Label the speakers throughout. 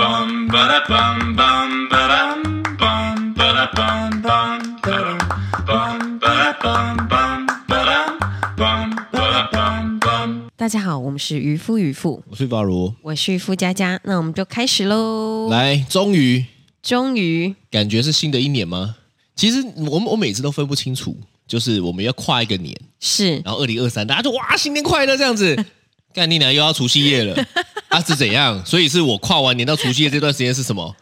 Speaker 1: bum ba da bum bum ba dum bum ba da bum bum ba dum bum ba da bum bum ba dum bum ba da bum bum.
Speaker 2: 大家好，我们是渔夫渔妇，
Speaker 3: 我是法如，
Speaker 2: 我是付佳佳，那我们就开始喽。
Speaker 3: 来，终于
Speaker 2: 终于，
Speaker 3: 感觉是新的一年吗？其实我们我每次都分不清楚，就是我们要跨一个年，
Speaker 2: 是
Speaker 3: 然后二零二三大家就哇新年快乐这样子， 干你娘又要除夕夜了啊是怎样？所以是我跨完年到除夕夜这段时间是什么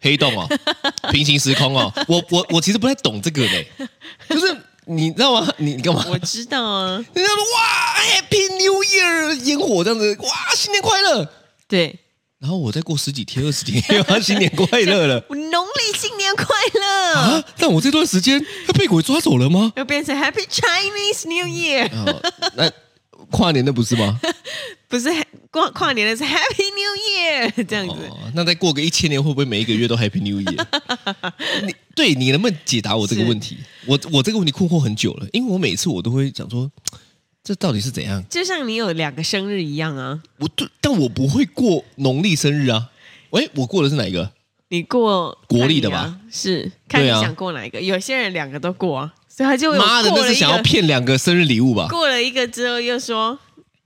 Speaker 3: 黑洞哦，平行时空哦，我我我其实不太懂这个嘞，就是你知道吗？你你干嘛？
Speaker 2: 我知道啊，
Speaker 3: 人家说哇 Happy New Year 烟火这样子，哇新年快乐，
Speaker 2: 对，
Speaker 3: 然后我再过十几天二十天又要新年快乐了。
Speaker 2: 我农历新年快乐，
Speaker 3: 啊！但我这段时间要被鬼抓走了吗？
Speaker 2: 又变成 Happy Chinese New Year，
Speaker 3: 哦，那跨年的不是 吗？
Speaker 2: 不是跨跨年的是 Happy New Year 这样子。
Speaker 3: 哦，那再过个一千年，会不会每一个月都 Happy New Year？你 对你能不能解答我这个问题？我我这个问题困惑很久了，因为我每次我都会讲说，这到底是怎样？
Speaker 2: 就像你有两个生日一样啊，
Speaker 3: 我对，但我不会过农历生日啊。喂，我过的是哪一个？
Speaker 2: 你过
Speaker 3: 国历的
Speaker 2: 看你啊
Speaker 3: 吧？
Speaker 2: 是，看你
Speaker 3: 对啊
Speaker 2: 想过哪一个。有些人两个都过啊，所以他就有
Speaker 3: 妈的，
Speaker 2: 过
Speaker 3: 那
Speaker 2: 了
Speaker 3: 是
Speaker 2: 一
Speaker 3: 想
Speaker 2: 个
Speaker 3: 要骗两个生日礼物吧？
Speaker 2: 过了一个之后又说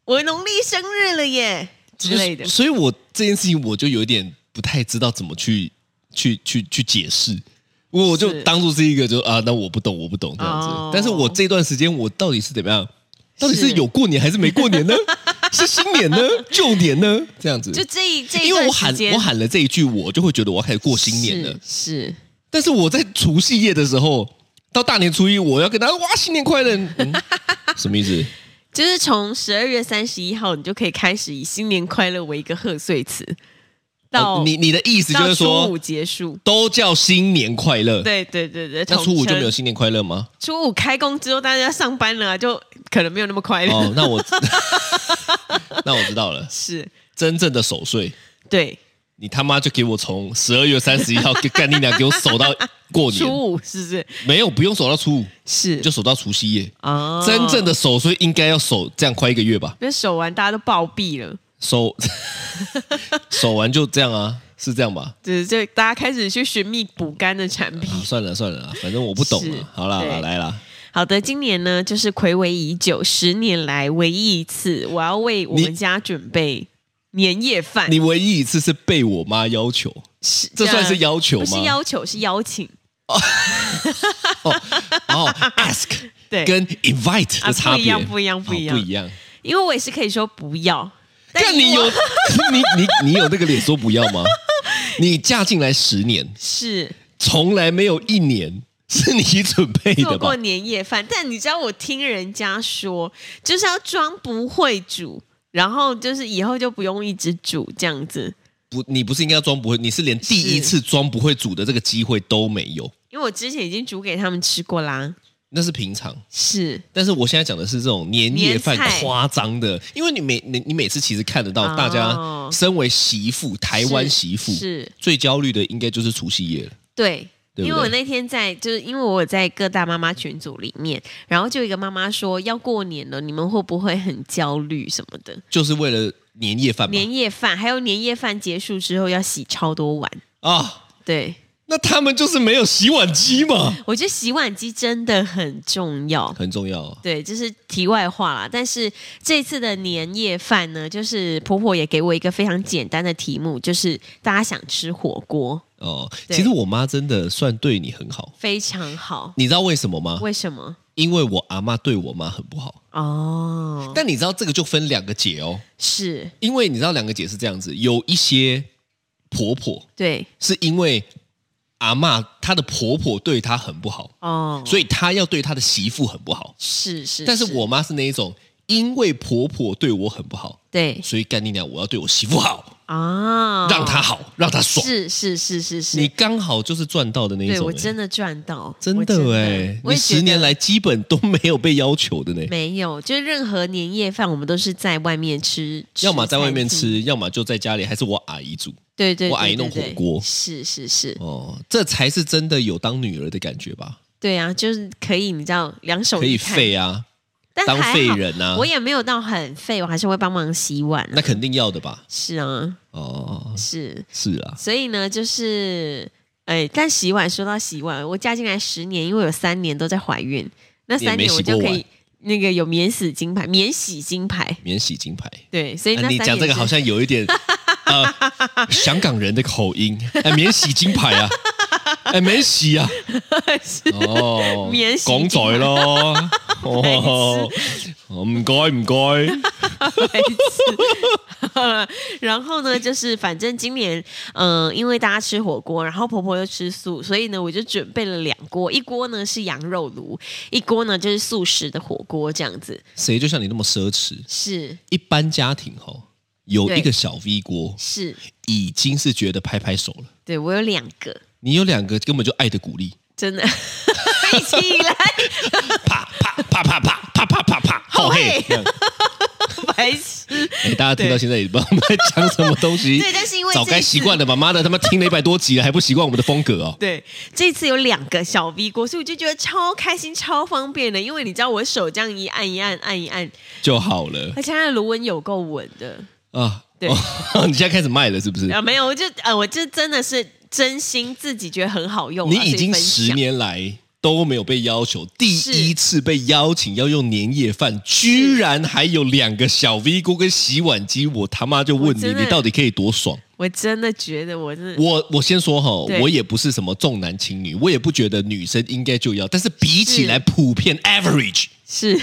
Speaker 2: 我农历生日了耶之类的
Speaker 3: 所以。所以我这件事情我就有点不太知道怎么去去去去解释，我我就是当做是一个就啊，那我不懂，我不懂这样子。
Speaker 2: 哦
Speaker 3: 但是我这段时间我到底是怎么样？到底是
Speaker 2: 是
Speaker 3: 有过年还是没过 年呢？是新年呢？旧年呢？这样子，
Speaker 2: 就这一这一
Speaker 3: 嗯因为
Speaker 2: 段
Speaker 3: 我
Speaker 2: 时
Speaker 3: 喊
Speaker 2: 间
Speaker 3: 我喊了这一句，我就会觉得我要开始过新年了。
Speaker 2: 是是
Speaker 3: 但是我在除夕夜的时候，到大年初一，我要跟大家哇新年快乐，嗯、 什么意思？
Speaker 2: 就是从十二月三十一号，你就可以开始以“新年快乐”为一个贺岁词，到、
Speaker 3: 哦你你的意思就
Speaker 2: 到
Speaker 3: 是
Speaker 2: 初五
Speaker 3: 说，
Speaker 2: 结束。
Speaker 3: 都叫新年快乐。
Speaker 2: 对对对对，
Speaker 3: 那
Speaker 2: 统
Speaker 3: 初五就没有
Speaker 2: 称
Speaker 3: 新年快 乐吗？
Speaker 2: 初五开工之后，大家上班了啊、就可能没有那么快乐。
Speaker 3: 哦，那我 那我知道了，
Speaker 2: 是，
Speaker 3: 真正的守岁，
Speaker 2: 对，
Speaker 3: 你他妈就给我从十二月三十一号给干你娘，给我守到过年，
Speaker 2: 初五是不是？
Speaker 3: 没有不用守到初五，
Speaker 2: 是
Speaker 3: 你就守到除夕夜。
Speaker 2: 啊，
Speaker 3: 真正的守岁应该要守这样快一个月吧，
Speaker 2: 那守完大家都暴毙了，
Speaker 3: 守 守完就这样啊，是这样吧？
Speaker 2: 就是就大家开始去寻觅补肝的产品
Speaker 3: 啊，。算了算了啊，反正我不懂
Speaker 2: 是
Speaker 3: 啊。好啦，
Speaker 2: 对
Speaker 3: 来啦，
Speaker 2: 好的，今年呢，就是暌违已久，十年来唯一一次，我要为我
Speaker 3: 你
Speaker 2: 们家准备年夜饭。
Speaker 3: 你唯一一次是被我妈要求，
Speaker 2: 是呃
Speaker 3: 这算是要求
Speaker 2: 啊不是
Speaker 3: 吗？
Speaker 2: 要求，是邀请。
Speaker 3: 哦，ask
Speaker 2: 对，
Speaker 3: 跟 invite
Speaker 2: 啊
Speaker 3: 的差
Speaker 2: 不一
Speaker 3: 别
Speaker 2: 样不一样不一样
Speaker 3: 哦不一样。
Speaker 2: 因为我也是可以说不要，但
Speaker 3: 但
Speaker 2: 因
Speaker 3: 你
Speaker 2: 为我
Speaker 3: 有 你你你有那个脸说不要 吗？你嫁进来十年，
Speaker 2: 是
Speaker 3: 从来没有一年是你准备
Speaker 2: 做
Speaker 3: 的吧
Speaker 2: 过？年夜饭，但你知道我听人家说，就是要装不会煮，然后就是以后就不用一直煮这样子。
Speaker 3: 不，你不是应该装不会，你是连第一次装不会煮的这个机会都没有，
Speaker 2: 因为我之前已经煮给他们吃过啦，
Speaker 3: 那是平常。
Speaker 2: 是
Speaker 3: 但是我现在讲的是这种年夜饭
Speaker 2: 年菜
Speaker 3: 夸张的，因为你每你你每次其实看得到，大
Speaker 2: 哦
Speaker 3: 家身为媳妇，台湾
Speaker 2: 是
Speaker 3: 媳妇
Speaker 2: 是
Speaker 3: 最焦虑的应该就是除夕夜了。
Speaker 2: 对。
Speaker 3: 对不对
Speaker 2: 因为我那天在，就是因为我有在各大妈妈群组里面，然后就有一个妈妈说要过年了，你们会不会很焦虑什么的？
Speaker 3: 就是为了年夜饭嘛
Speaker 2: 年夜饭，还有年夜饭结束之后要洗超多碗，
Speaker 3: 啊，
Speaker 2: 对
Speaker 3: 那他们就是没有洗碗机 嘛，
Speaker 2: 我觉得洗碗机真的很重要。
Speaker 3: 很重要、啊。
Speaker 2: 对，这是题外话啦。但是这次的年夜饭呢，就是婆婆也给我一个非常简单的题目，就是大家想吃火锅，
Speaker 3: 哦，
Speaker 2: 对
Speaker 3: 其实我妈真的算对你很好，
Speaker 2: 非常好。
Speaker 3: 你知道为什么吗？
Speaker 2: 为什么？
Speaker 3: 因为我阿妈对我妈很不好。
Speaker 2: 哦，
Speaker 3: 但你知道这个就分两个姐哦，
Speaker 2: 是
Speaker 3: 因为你知道两个姐是这样子，有一些婆婆
Speaker 2: 对
Speaker 3: 是因为阿妈她的婆婆对她很不好，
Speaker 2: 哦，
Speaker 3: 所以她要对她的媳妇很不好。
Speaker 2: 是是，
Speaker 3: 但是我妈是那一种，因为婆婆对我很不好，
Speaker 2: 对
Speaker 3: 所以干你娘，我要对我媳妇好，
Speaker 2: 啊，
Speaker 3: 让她好，让她爽。
Speaker 2: 是是是是是，
Speaker 3: 你刚好就是赚到的那一种、
Speaker 2: 对我
Speaker 3: 哎
Speaker 2: 真的赚到，
Speaker 3: 真
Speaker 2: 我
Speaker 3: 的哎、
Speaker 2: 我也觉
Speaker 3: 你
Speaker 2: 得
Speaker 3: 十年来基本都没有被要求的呢，
Speaker 2: 没有，就任何年夜饭我们都是在外面吃，吃
Speaker 3: 要么在外面
Speaker 2: 餐厅，
Speaker 3: 吃，要么就在家里，还是我阿姨煮。
Speaker 2: 对对对
Speaker 3: 我阿姨弄
Speaker 2: 对对
Speaker 3: 火锅
Speaker 2: 是是是，
Speaker 3: 哦，这才是真的有当女儿的感觉吧？
Speaker 2: 对啊，就是可以，你知道两手
Speaker 3: 可以
Speaker 2: 一摊，
Speaker 3: 废啊，
Speaker 2: 但
Speaker 3: 当
Speaker 2: 还好
Speaker 3: 废人啊
Speaker 2: 我也没有到很废，我还是会帮忙洗碗、啊。
Speaker 3: 那肯定要的吧？
Speaker 2: 是啊，
Speaker 3: 哦，
Speaker 2: 是，
Speaker 3: 是啊，
Speaker 2: 所以呢，就是，哎，但洗碗说到洗碗，我嫁进来十年，因为有三年都在怀孕，那三
Speaker 3: 你也没
Speaker 2: 年
Speaker 3: 洗
Speaker 2: 我就可
Speaker 3: 过
Speaker 2: 以
Speaker 3: 碗
Speaker 2: 那个有免死金牌、免洗金牌，
Speaker 3: 免洗金牌。
Speaker 2: 对，哎所以那
Speaker 3: 啊
Speaker 2: 三
Speaker 3: 你
Speaker 2: 年、
Speaker 3: 讲这 个好。像有一点呃，香港人的口音，哎，免洗金牌啊，哎，免洗啊，哦，
Speaker 2: 免洗金
Speaker 3: 讲
Speaker 2: 牌
Speaker 3: 在 咯，哦，唔该唔该，
Speaker 2: 然后呢，就是反正今年，嗯、因为大家吃火锅，然后婆婆又吃素，所以呢，我就准备了两锅，一锅呢是羊肉炉，一锅呢就是素食的火锅，这样子
Speaker 3: 谁就像你那么奢侈？
Speaker 2: 是
Speaker 3: 一般家庭吼、有
Speaker 2: 对
Speaker 3: 一个小 V 锅，
Speaker 2: 是，
Speaker 3: 已经是觉得拍拍手了。
Speaker 2: 对我有两个，
Speaker 3: 你有两个根本就爱的鼓励，
Speaker 2: 真的， 一起来，
Speaker 3: 啪啪啪啪啪啪啪啪啪，
Speaker 2: 好
Speaker 3: 好嘿
Speaker 2: 嘿！
Speaker 3: 这样
Speaker 2: 白痴，
Speaker 3: 哎，大家听到现在也不知道我们在讲什么东 西。
Speaker 2: 对但是因为
Speaker 3: 早
Speaker 2: 这
Speaker 3: 该
Speaker 2: 次
Speaker 3: 习惯了吧？妈的，他妈听了一百多集了，还不习惯我们的风格哦。
Speaker 2: 对，这次有两个小 V 锅，所以我就觉得超开心、超方便的，因为你知道我手这样一按一按、按一按，
Speaker 3: 就好了
Speaker 2: 而且它的炉温有够稳的。
Speaker 3: 啊。
Speaker 2: 对
Speaker 3: 哦 你现在开始卖了是不是？
Speaker 2: 啊，没有，我就呃，我这真的是真心自己觉得很好用啊，
Speaker 3: 你已经
Speaker 2: 所以分享
Speaker 3: 十年来都没有被要求，第一次被邀请要用年夜饭，居然还有两个小 V 锅跟洗碗机，我他妈就问
Speaker 2: 我
Speaker 3: 你，
Speaker 2: 真的
Speaker 3: 你到底可以多爽？
Speaker 2: 我真的觉得我是
Speaker 3: 我我先说哈
Speaker 2: 对，
Speaker 3: 我也不是什么重男轻女，我也不觉得女生应该就要，但是比起来普遍 average，
Speaker 2: 是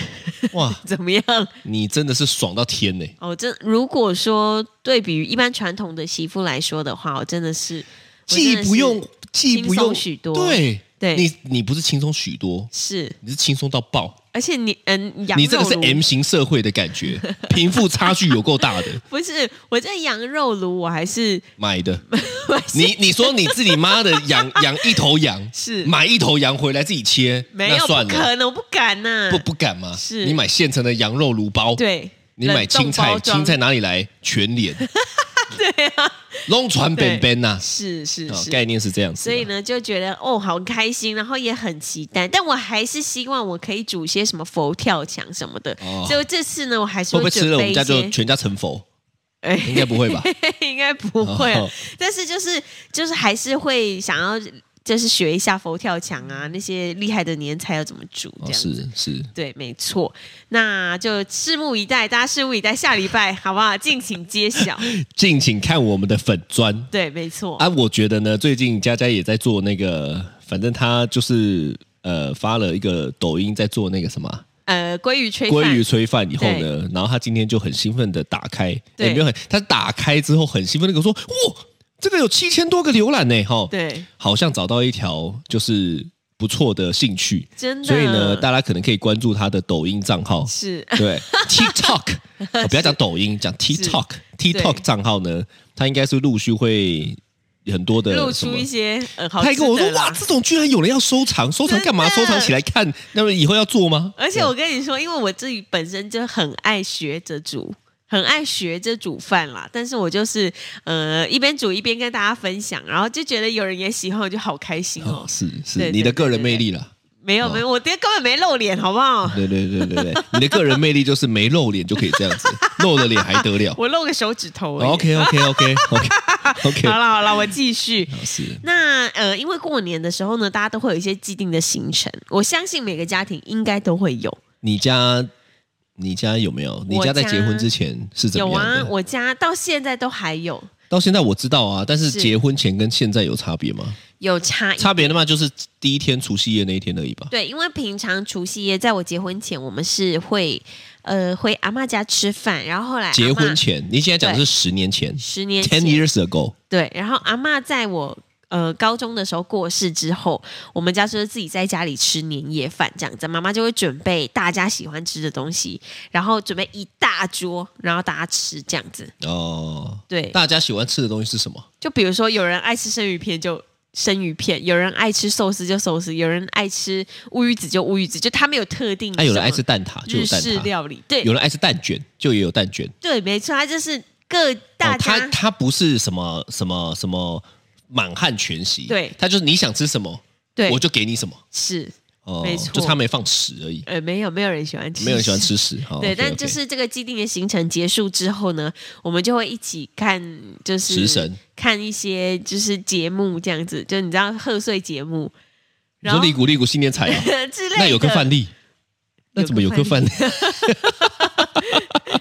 Speaker 3: 哇，
Speaker 2: 怎么样？
Speaker 3: 你真的是爽到天呢、
Speaker 2: 哦，真如果说对比于一般传统的媳妇来说的话，我真的是我真
Speaker 3: 既
Speaker 2: 的
Speaker 3: 不
Speaker 2: 是
Speaker 3: 用，既不
Speaker 2: 轻松
Speaker 3: 用
Speaker 2: 许多
Speaker 3: 对
Speaker 2: 对
Speaker 3: 你你不是轻松许多，
Speaker 2: 是，
Speaker 3: 你是轻松到爆。
Speaker 2: 而且你嗯，羊
Speaker 3: 你这个
Speaker 2: 肉
Speaker 3: 是
Speaker 2: 炉
Speaker 3: M 型社会的感觉，贫富差距有够大的，
Speaker 2: 不是我这羊肉炉，我还是
Speaker 3: 买的。
Speaker 2: 我还是
Speaker 3: 你你说你自己妈的 养养一头羊，
Speaker 2: 是
Speaker 3: 买一头羊回来自己切，
Speaker 2: 没有
Speaker 3: 那算
Speaker 2: 不
Speaker 3: 了，
Speaker 2: 可能，我不敢呐、
Speaker 3: 不不敢吗？
Speaker 2: 是
Speaker 3: 你买现成的羊肉炉包，，
Speaker 2: 对，
Speaker 3: 你买
Speaker 2: 冷冻
Speaker 3: 青菜
Speaker 2: 包，装
Speaker 3: 青菜哪里来？全脸，对啊，弄船
Speaker 2: 对
Speaker 3: 本本呐，
Speaker 2: 是是
Speaker 3: 哦
Speaker 2: 是。
Speaker 3: 概念是这样子
Speaker 2: 所
Speaker 3: 的。
Speaker 2: 以呢，就觉得哦，好开心，然后也很期待，但我还是希望我可以煮些什么佛跳墙什么的。
Speaker 3: 哦
Speaker 2: 所以这次呢，我还是
Speaker 3: 会不会吃
Speaker 2: 准
Speaker 3: 了我
Speaker 2: 备
Speaker 3: 们
Speaker 2: 一
Speaker 3: 家就
Speaker 2: 些，
Speaker 3: 全家成佛？
Speaker 2: 哎
Speaker 3: 应该不会吧？
Speaker 2: 应该不会啊、
Speaker 3: 哦
Speaker 2: 但是就是就是还是会想要就是学一下佛跳墙啊，那些厉害的年菜要怎么煮这
Speaker 3: 哦
Speaker 2: 样子。
Speaker 3: 是是，
Speaker 2: 对，没错，那就拭目以待，大家拭目以待，下礼拜好不好？敬请揭 晓。
Speaker 3: 敬请看我们的粉砖。
Speaker 2: 对，没错，
Speaker 3: 啊，我觉得呢，最近佳佳也在做那个，反正她就是呃发了一个抖音，在做那个什么啊
Speaker 2: 呃，鲑鱼炊
Speaker 3: 鲑
Speaker 2: 饭，
Speaker 3: 鱼炊饭以后呢，然后她今天就很兴奋的打开，
Speaker 2: 对
Speaker 3: 也没有很，她打开之后很兴奋的跟我说，哇，这个有七千多个浏览呢，哈，
Speaker 2: 对，
Speaker 3: 好像找到一条就是不错的兴趣，
Speaker 2: 真的。
Speaker 3: 所以呢，大家可能可以关注她的抖音账号，
Speaker 2: 是
Speaker 3: 对 TikTok，哦不要讲抖音，讲 TikTok TikTok 账号呢，它应该是陆续会很多的
Speaker 2: 露
Speaker 3: 什
Speaker 2: 出
Speaker 3: 么
Speaker 2: 一。些呃，好
Speaker 3: 他还跟我
Speaker 2: 吃
Speaker 3: 说
Speaker 2: 的：“啦
Speaker 3: 哇，这种居然有人要收藏，收藏干嘛？
Speaker 2: 真的
Speaker 3: 收藏起来看，那么以后要做吗？”
Speaker 2: 而且我跟你说，因为我自己本身就很爱学着煮，很爱学着煮饭啦。但是我就是呃一边煮一边跟大家分享，然后就觉得有人也喜欢，我就好开心
Speaker 3: 哦
Speaker 2: 哦，。
Speaker 3: 是是，
Speaker 2: 对
Speaker 3: 你的
Speaker 2: 对对
Speaker 3: 个
Speaker 2: 对
Speaker 3: 人魅力了。
Speaker 2: 没有没有，我根本没露脸，好不好？
Speaker 3: 对对对对对，你的个人魅力就是没露脸就可以这样子，露了脸还得了
Speaker 2: 我露个手指头而已。
Speaker 3: ？OK OK OK OK OK，
Speaker 2: 好了好了，我继续。
Speaker 3: 是
Speaker 2: 那呃，因为过年的时候呢，大家都会有一些既定的行程，我相信每个家庭应该都会有。
Speaker 3: 你家你家有没有？你
Speaker 2: 我
Speaker 3: 家在
Speaker 2: 家
Speaker 3: 结婚之前是怎
Speaker 2: 有
Speaker 3: 么样的？
Speaker 2: 啊，我家到现在都还有
Speaker 3: 到现在我知道啊，但是
Speaker 2: 是
Speaker 3: 结婚前跟现在有差别吗？
Speaker 2: 有差异。
Speaker 3: 差别的嘛，就是第一天除夕夜那一天而已吧。
Speaker 2: 对，因为平常除夕夜，在我结婚前，我们是会呃回阿嬷家吃饭，然后后来阿嬷
Speaker 3: 结婚前，你现在讲的是十年前
Speaker 2: 十年
Speaker 3: ，ten
Speaker 2: 前
Speaker 3: years ago，
Speaker 2: 对，然后阿嬷在我呃高中的时候过世之后，我们家就是自己在家里吃年夜饭这样子，妈妈就会准备大家喜欢吃的东西，然后准备一大桌，然后大家吃这样子。
Speaker 3: 哦，
Speaker 2: 对，
Speaker 3: 大家喜欢吃的东西是什么？
Speaker 2: 就比如说有人爱吃生鱼片就。生鱼片，有人爱吃寿司就寿司，有人爱吃乌鱼子就乌鱼子，就他没有特定。
Speaker 3: 啊，有人爱吃蛋挞就有
Speaker 2: 日
Speaker 3: 蛋
Speaker 2: 式
Speaker 3: 挞，
Speaker 2: 料理，对，
Speaker 3: 有人爱吃蛋卷就也有蛋卷。
Speaker 2: 对，没错，他就是各大
Speaker 3: 哦，
Speaker 2: 家、
Speaker 3: 它它不是什么什么什么满汉全席，
Speaker 2: 对
Speaker 3: 它就是你想吃什么，
Speaker 2: 对，
Speaker 3: 我就给你什么。
Speaker 2: 是
Speaker 3: 哦
Speaker 2: 没错
Speaker 3: 就是他没放屎而已，
Speaker 2: 呃，没有，没有人喜欢吃，
Speaker 3: 没有人喜欢。吃哦屎。好
Speaker 2: 对，
Speaker 3: ，OK，
Speaker 2: 但
Speaker 3: OK
Speaker 2: 就是这个既定的行程结束之后呢，我们就会一起看，就是
Speaker 3: 食神
Speaker 2: 看一些就是节目这样子，就你知道贺岁节目，
Speaker 3: 你
Speaker 2: 然
Speaker 3: 说
Speaker 2: 后
Speaker 3: 利股利股新年彩啊，
Speaker 2: 之类的，
Speaker 3: 那有个范例，那怎么有个范例？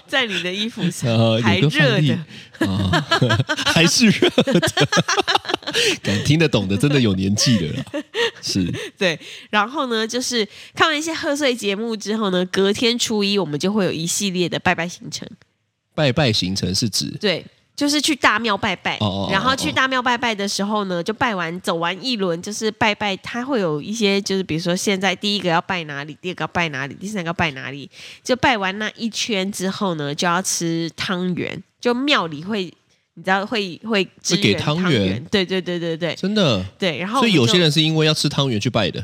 Speaker 2: 在你的衣服
Speaker 3: 呃，
Speaker 2: 上还
Speaker 3: 有个
Speaker 2: 热
Speaker 3: 范例
Speaker 2: 的，
Speaker 3: 啊，还是热的，敢听得懂的，真的有年纪的了，是
Speaker 2: 对。然后呢，就是看完一些贺岁节目之后呢，隔天初一我们就会有一系列的拜拜行程，
Speaker 3: 拜拜行程是指
Speaker 2: 对。就是去大庙拜拜，
Speaker 3: 哦哦哦
Speaker 2: 然后去大庙拜拜的时候呢，就拜完走完一轮，就是拜拜，它会有一些，就是比如说现在第一个要拜哪里，第二个要拜哪里，第三个要拜哪里，就拜完那一圈之后呢，就要吃汤圆，就庙里会，你知道会会支
Speaker 3: 会给
Speaker 2: 援
Speaker 3: 汤
Speaker 2: 汤
Speaker 3: 圆
Speaker 2: 圆，对对对对对
Speaker 3: 真的，
Speaker 2: 对，然后
Speaker 3: 所以
Speaker 2: 我们
Speaker 3: 有
Speaker 2: 就
Speaker 3: 些人是因为要吃汤圆去拜的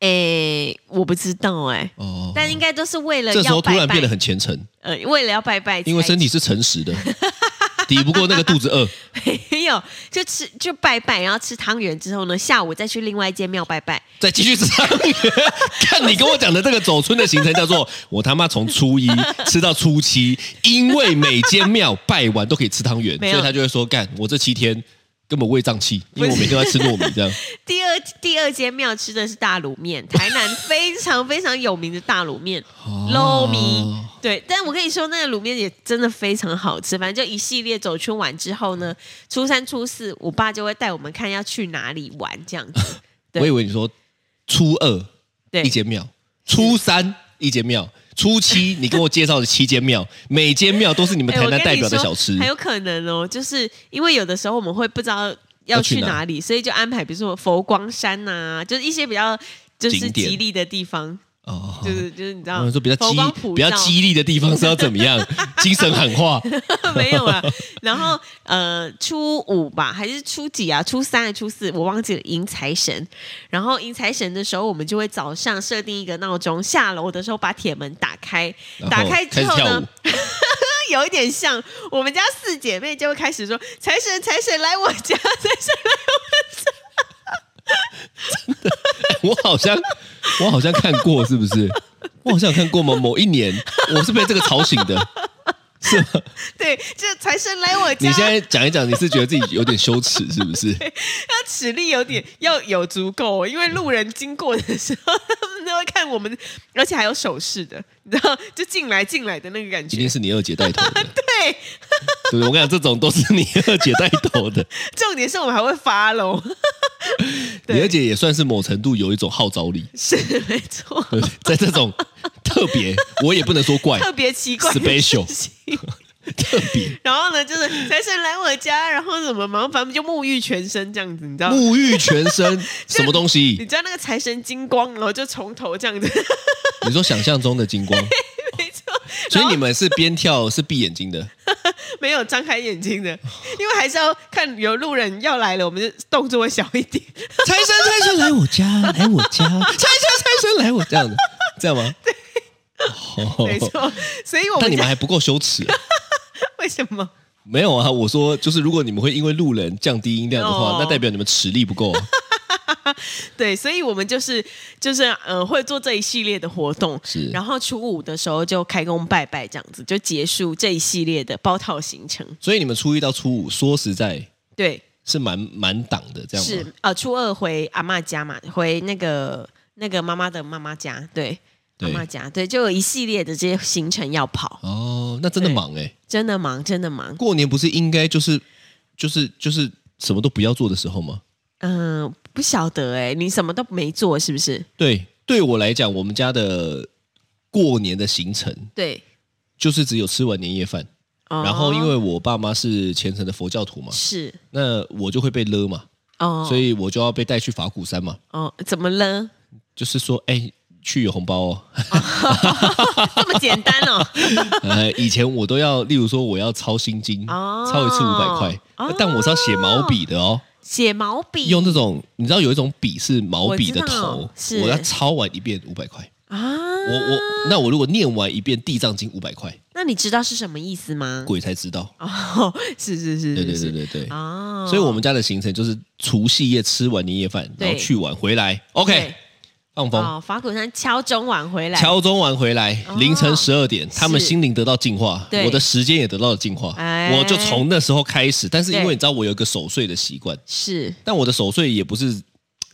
Speaker 2: 诶、我不知道哎、
Speaker 3: 哦。
Speaker 2: 但应该都是为了
Speaker 3: 这时
Speaker 2: 要
Speaker 3: 候突
Speaker 2: 拜
Speaker 3: 然
Speaker 2: 拜
Speaker 3: 变得，很虔诚，
Speaker 2: 呃，为了要拜拜才，
Speaker 3: 因为身体是诚实的，抵不过那个肚子饿。
Speaker 2: 没有就吃就拜拜，然后吃汤圆之后呢，下午再去另外一间庙拜拜。
Speaker 3: 再继续吃汤圆。看你跟我讲的这个走村的行程叫做，我他妈从初一 吃到初七，因为每间庙拜完都可以吃汤圆，所
Speaker 2: 没有
Speaker 3: 以他就会说，干我这七天根本胃胀气，因为我每天都在吃糯米这样。
Speaker 2: 第二第二间庙吃的是大卤面，台南非常非常有名的大卤面
Speaker 3: 哦
Speaker 2: 捞米。对，但我跟你说，那个卤面也真的非常好吃。反正就一系列走春晚之后呢，初三、初四，我爸就会带我们看要去哪里玩这样子。对
Speaker 3: 我以为你说初二
Speaker 2: 对，
Speaker 3: 一间庙，初三一间庙。初七，你跟我介绍的七间庙，每间庙都是你 们
Speaker 2: 哎
Speaker 3: 台
Speaker 2: 我
Speaker 3: 南
Speaker 2: 跟
Speaker 3: 代
Speaker 2: 你
Speaker 3: 表的
Speaker 2: 说
Speaker 3: 小吃
Speaker 2: 很，有可能哦，就是因为有的时候我们会不知道
Speaker 3: 要
Speaker 2: 要
Speaker 3: 去
Speaker 2: 去
Speaker 3: 哪
Speaker 2: 哪里，所以就安排比如说佛光山呐、就是一些比较就是
Speaker 3: 景点
Speaker 2: 吉利的地方，
Speaker 3: 哦
Speaker 2: 就是就是你知
Speaker 3: 他
Speaker 2: 道，
Speaker 3: 们说比较
Speaker 2: 啊佛光
Speaker 3: 激
Speaker 2: 普
Speaker 3: 比较
Speaker 2: 照
Speaker 3: 激励的地方是要怎么 样？精神喊话，
Speaker 2: 没有啦。然后呃，初五吧，还是初几啊？初三还是初四？我忘记了。迎财神，然后迎财神的时候，我们就会早上设定一个闹钟，下楼的时候把铁门打开，
Speaker 3: 然
Speaker 2: 打
Speaker 3: 后
Speaker 2: 开之
Speaker 3: 开始
Speaker 2: 后
Speaker 3: 跳
Speaker 2: 呢
Speaker 3: 舞。，
Speaker 2: 有一点像我们家四姐妹就会开始说：“财神，财神来我家，财神来
Speaker 3: 我好像，我好像看过，是不是？我好像有看过吗？某一年，我是被这个吵醒 的。
Speaker 2: 对，就财神来我家。”
Speaker 3: 你现在讲一讲，你是觉得自己有点羞耻，是不是？
Speaker 2: 他齿力有点要有足够哦、因为路人经过的时候，他们都会看我们，而且还有手势的，你知道，就进来进来的那个感
Speaker 3: 一
Speaker 2: 觉
Speaker 3: 定。是你二姐带头的，
Speaker 2: 对，
Speaker 3: 对不对？我跟你讲，这种都是你二姐带头的。
Speaker 2: 重点是我们还会发喽， 对
Speaker 3: 你二姐也算是某程度有一种号召力，
Speaker 2: 是没错，
Speaker 3: 对不对在这种特别，我也不能说怪，
Speaker 2: 特别奇怪的
Speaker 3: Special
Speaker 2: 事情。
Speaker 3: 特别
Speaker 2: 然后呢，就是财神来我家，然后怎么忙，反正就沐浴全身这样子，你知道。
Speaker 3: 沐浴全 身，什么东
Speaker 2: 你
Speaker 3: 西？
Speaker 2: 知道那个财神金光，然后就从头这样 子，
Speaker 3: 你说想象中的 金光，
Speaker 2: 没错。
Speaker 3: 所以
Speaker 2: 然
Speaker 3: 你
Speaker 2: 后
Speaker 3: 们是边跳是闭眼睛的，
Speaker 2: 没有张开眼睛的，因为还是要看有路人要来了，我们就动作会小一点。
Speaker 3: 财神财神来我家，来我 家，财神财神来我这样的，这样吗？ 对
Speaker 2: 没错， 所以我
Speaker 3: 但
Speaker 2: 们
Speaker 3: 你们
Speaker 2: 家
Speaker 3: 还不够羞耻、啊。
Speaker 2: 为什么？
Speaker 3: 没有啊，我说就是，如果你们会因为路人降低音量的话，
Speaker 2: 哦
Speaker 3: 那代表你们实力不够、啊。
Speaker 2: 对，所以我们就是就是呃，会做这一系列的活动，
Speaker 3: 是
Speaker 2: 然后初五的时候就开工拜拜，这样子就结束这一系列的包套行程。
Speaker 3: 所以你们初一到初五，说实在
Speaker 2: 对，
Speaker 3: 是蛮蛮挡的，这样吗？
Speaker 2: 是呃，初二回阿嬷家嘛，回那个那个妈妈的妈妈家，对，
Speaker 3: 对
Speaker 2: 阿嬷家，对，就有一系列的这些行程要跑，
Speaker 3: 哦，那真的
Speaker 2: 对
Speaker 3: 忙哎、
Speaker 2: 真的忙，真的忙。
Speaker 3: 过年不是应该就是就是就是什么都不要做的时候吗？
Speaker 2: 嗯、不晓得哎、你什么都没做是不是？
Speaker 3: 对，对我来讲，我们家的过年的行程
Speaker 2: 对，
Speaker 3: 就是只有吃完年夜饭，
Speaker 2: 哦
Speaker 3: 然后因为我爸妈是虔诚的佛教徒嘛，
Speaker 2: 是
Speaker 3: 那我就会被勒嘛，
Speaker 2: 哦，
Speaker 3: 所以我就要被带去法鼓山嘛，
Speaker 2: 哦，怎么了？
Speaker 3: 就是说，哎，去有红包哦。
Speaker 2: 这么简单哦。
Speaker 3: 呃，以前我都要，例如说我要抄心经，
Speaker 2: 哦
Speaker 3: 抄一次五百块，
Speaker 2: 哦
Speaker 3: 但我是要写毛笔的哦，
Speaker 2: 写毛笔
Speaker 3: 用那种你知道有一种笔是毛笔的
Speaker 2: 我知道
Speaker 3: 头，
Speaker 2: 是
Speaker 3: 我要抄完一遍五百块。
Speaker 2: 啊，
Speaker 3: 我我那我如果念完一遍《地藏经》五百块，
Speaker 2: 那你知道是什么意思吗？
Speaker 3: 鬼才知道。
Speaker 2: 嗯哦，是是是，
Speaker 3: 对对
Speaker 2: 是
Speaker 3: 对
Speaker 2: 是
Speaker 3: 对对。
Speaker 2: 哦，
Speaker 3: 所以我们家的行程就是除夕夜吃完年夜饭，然
Speaker 2: 对
Speaker 3: 后去玩回来，OK，放风，
Speaker 2: 哦，法鼓山敲钟晚回来，
Speaker 3: 敲钟完回来，
Speaker 2: 哦
Speaker 3: 凌晨十二点，他们
Speaker 2: 是
Speaker 3: 心灵得到净化，
Speaker 2: 对
Speaker 3: 我的时间也得到了净化，
Speaker 2: 哎
Speaker 3: 我就从那时候开始。但是因为
Speaker 2: 对
Speaker 3: 你知道我有一个守岁的习惯，
Speaker 2: 是
Speaker 3: 但我的守岁也不是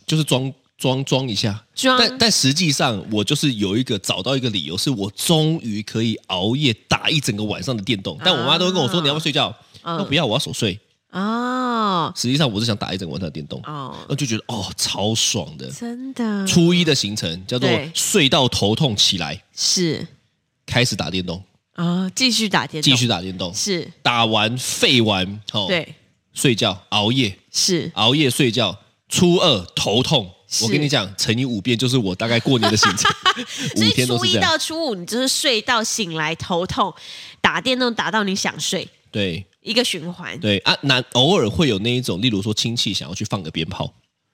Speaker 3: 就是装装装一下，
Speaker 2: 装
Speaker 3: 但但实际上我就是有一个找到一个理由，是我终于可以熬夜打一整个晚上的电动。但我妈都会跟我说
Speaker 2: 啊
Speaker 3: 你要不要睡觉，
Speaker 2: 嗯
Speaker 3: 那不要我要守岁。
Speaker 2: 哦
Speaker 3: 实际上我是想打一整个晚上的电动，
Speaker 2: 哦，
Speaker 3: 那就觉得哦超爽的。
Speaker 2: 真的
Speaker 3: 初一的行程叫做
Speaker 2: 对
Speaker 3: 睡到头痛起来，
Speaker 2: 是
Speaker 3: 开始打电动，
Speaker 2: 啊，哦继续打电动，
Speaker 3: 继续打电动，
Speaker 2: 是，
Speaker 3: 打完废完哦，，
Speaker 2: 对，
Speaker 3: 睡觉熬夜
Speaker 2: 是
Speaker 3: 熬夜睡觉，初二头痛。
Speaker 2: 是
Speaker 3: 我跟你讲，乘以五遍就是我大概过年的行 程，
Speaker 2: 所
Speaker 3: 五
Speaker 2: 以
Speaker 3: 天都
Speaker 2: 初
Speaker 3: 是
Speaker 2: 一
Speaker 3: 这样。
Speaker 2: 到初五，你就是睡到醒来头痛，打电动打到你想睡，
Speaker 3: 对
Speaker 2: 一个循环。
Speaker 3: 对啊，难偶尔会有那一种，例如说亲戚想要去放个鞭炮，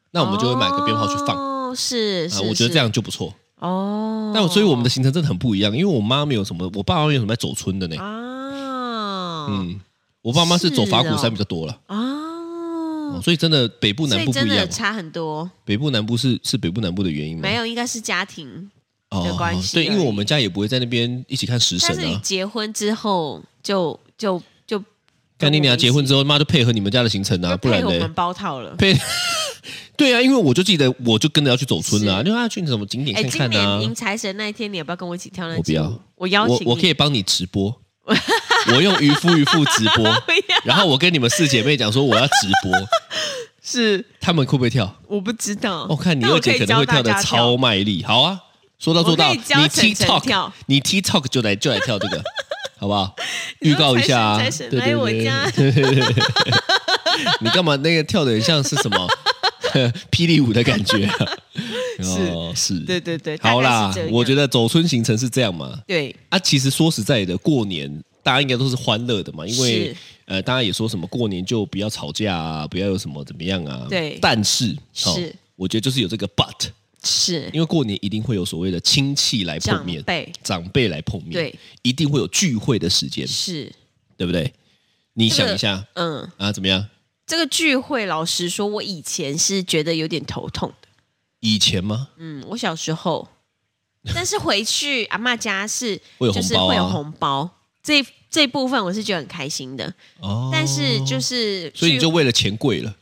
Speaker 3: 那我们就会买个鞭炮去放。
Speaker 2: 哦，是
Speaker 3: 啊
Speaker 2: 是，，
Speaker 3: 我觉得这样就不错。
Speaker 2: 是哦。
Speaker 3: 那所以我们的行程真的很不一样，因为我妈没有什么，我爸妈没有什么在走村的呢。
Speaker 2: 啊，嗯
Speaker 3: 嗯，我爸妈是走
Speaker 2: 是
Speaker 3: 法鼓
Speaker 2: 哦
Speaker 3: 山比较多了，哦
Speaker 2: 啊，
Speaker 3: 所以真的北部
Speaker 2: 所
Speaker 3: 南
Speaker 2: 以
Speaker 3: 部不
Speaker 2: 真
Speaker 3: 一样啊嗯
Speaker 2: 的。差很多，
Speaker 3: 北部南部是是北部南部的原因吗？
Speaker 2: 没有，应该是家庭。
Speaker 3: 哦，
Speaker 2: 的关系
Speaker 3: 对，因为
Speaker 2: 而已
Speaker 3: 我们家也不会在那边一起看食神
Speaker 2: 但是你
Speaker 3: 啊。
Speaker 2: 结婚之后就就就
Speaker 3: 干你娘！结婚之
Speaker 2: 后
Speaker 3: 后，妈就配合你们家的行程啊，不然
Speaker 2: 我们
Speaker 3: 呢？
Speaker 2: 包套了。
Speaker 3: 配 对啊，因为我就记得，我就跟着要去走村了、啊，
Speaker 2: 是
Speaker 3: 就要去什么景点
Speaker 2: 哎，今
Speaker 3: 看看啊
Speaker 2: 年。迎财神那一天，你要不要跟我一起跳那
Speaker 3: 我不
Speaker 2: 支舞
Speaker 3: 要，
Speaker 2: 我邀
Speaker 3: 我
Speaker 2: 请你，
Speaker 3: 我可以帮你直播， 我用渔夫渔妇直播，
Speaker 2: 不要
Speaker 3: 然后我跟你们四姐妹讲说我要直 播，
Speaker 2: 是
Speaker 3: 她们会不会跳？
Speaker 2: 我不知道。
Speaker 3: 我、看你
Speaker 2: 但
Speaker 3: 二
Speaker 2: 我可
Speaker 3: 姐
Speaker 2: 以
Speaker 3: 可能会
Speaker 2: 教大
Speaker 3: 的
Speaker 2: 家
Speaker 3: 超卖力。好啊，说到做到，
Speaker 2: 我
Speaker 3: 你
Speaker 2: 可以教晨晨
Speaker 3: TikTok，
Speaker 2: 跳
Speaker 3: 你 TikTok 就来就来跳这个，好 不好？预告一下啊，
Speaker 2: 财
Speaker 3: 对
Speaker 2: 神
Speaker 3: 对
Speaker 2: 来我
Speaker 3: 对
Speaker 2: 家，
Speaker 3: 你干嘛那个跳的很像是什么霹雳舞的感 觉、啊？哦，是，
Speaker 2: 对 对对，
Speaker 3: 好啦，我觉
Speaker 2: 得
Speaker 3: 得走春行程是这样嘛。
Speaker 2: 对
Speaker 3: 啊，其实说实在的，过年大家应该都是欢乐的嘛，因为
Speaker 2: 是
Speaker 3: 呃，大家也说什么过年就不要吵架啊，不要有什么怎么样啊。
Speaker 2: 对
Speaker 3: 但是哦
Speaker 2: 是
Speaker 3: 我觉得就是有这个 but，
Speaker 2: 是
Speaker 3: 因为过年一定会有所谓的亲戚来碰
Speaker 2: 长
Speaker 3: 面，
Speaker 2: 辈
Speaker 3: 长辈来碰面，
Speaker 2: 对，
Speaker 3: 一定会有聚会的时间，
Speaker 2: 是，
Speaker 3: 对不对？你
Speaker 2: 这个
Speaker 3: 想一下
Speaker 2: 嗯，
Speaker 3: 啊，怎么样？
Speaker 2: 这个聚会，老实说，我以前是觉得有点头痛的。
Speaker 3: 以前吗？
Speaker 2: 嗯，我小时 候，但是回去阿嬷家是
Speaker 3: 会有
Speaker 2: 就是
Speaker 3: 红包啊
Speaker 2: 会有红包，这这部分我是觉得很开心的。
Speaker 3: 哦，
Speaker 2: 但是就是去，
Speaker 3: 所以你就为了钱跪了。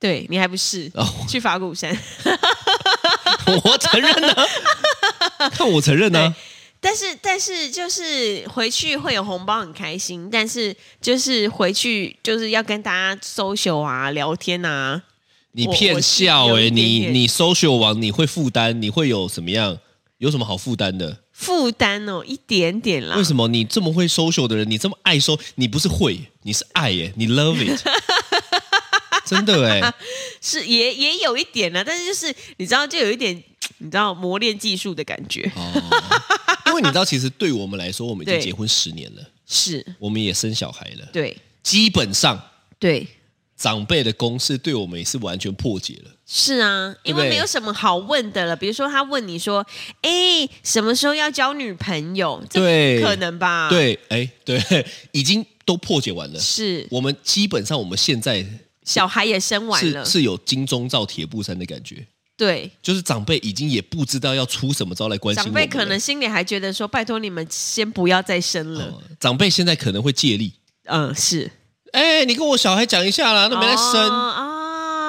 Speaker 2: 对你还不是
Speaker 3: 哦，
Speaker 2: 去法鼓山，
Speaker 3: 我承认呢、看我承认呢、啊
Speaker 2: 但是但是就是回去会有红包，很开心。但是就是回去就是要跟大家 social 啊、聊天啊，
Speaker 3: 你骗笑
Speaker 2: 我我
Speaker 3: 哎、
Speaker 2: 是有一点
Speaker 3: 你
Speaker 2: 点
Speaker 3: 你 social 网你会负担，你会有什么样？有什么好负担的？
Speaker 2: 负担哦一点点啦。
Speaker 3: 为什么你这么会 social 的人，你这么爱 so，你不是会，你是爱耶、你 love it，真的哎、
Speaker 2: 是也也有一点啦，但是就是你知道，就有一点你知道磨练技术的感觉。
Speaker 3: 哦，因为你知道，其实对我们来说，我们已经
Speaker 2: 对
Speaker 3: 结婚十年了，
Speaker 2: 是，
Speaker 3: 我们也生小孩了，
Speaker 2: 对
Speaker 3: 基本上
Speaker 2: 对，
Speaker 3: 长辈的公式对我们也是完全破解了。
Speaker 2: 是啊，因
Speaker 3: 对不对
Speaker 2: 为没有什么好问的了。比如说他问你说：“哎，什么时候要交女朋友？”这
Speaker 3: 对
Speaker 2: 不可能吧？，
Speaker 3: 对，哎，对，已经都破解完了。
Speaker 2: 啊是
Speaker 3: 我们基本上我们现在
Speaker 2: 小孩也生完
Speaker 3: 是
Speaker 2: 了，
Speaker 3: 是有金钟罩铁布衫的感觉，
Speaker 2: 对。
Speaker 3: 就是长辈已经也不知道要出什么招来关心我
Speaker 2: 长
Speaker 3: 们
Speaker 2: 辈
Speaker 3: 了
Speaker 2: 可能心里还觉得说：“拜托你们先不要再生了。
Speaker 3: 哦长辈现在可能会借力，
Speaker 2: 嗯，是，哦
Speaker 3: 哎，你跟我小孩讲一下啦，那没在生。啊，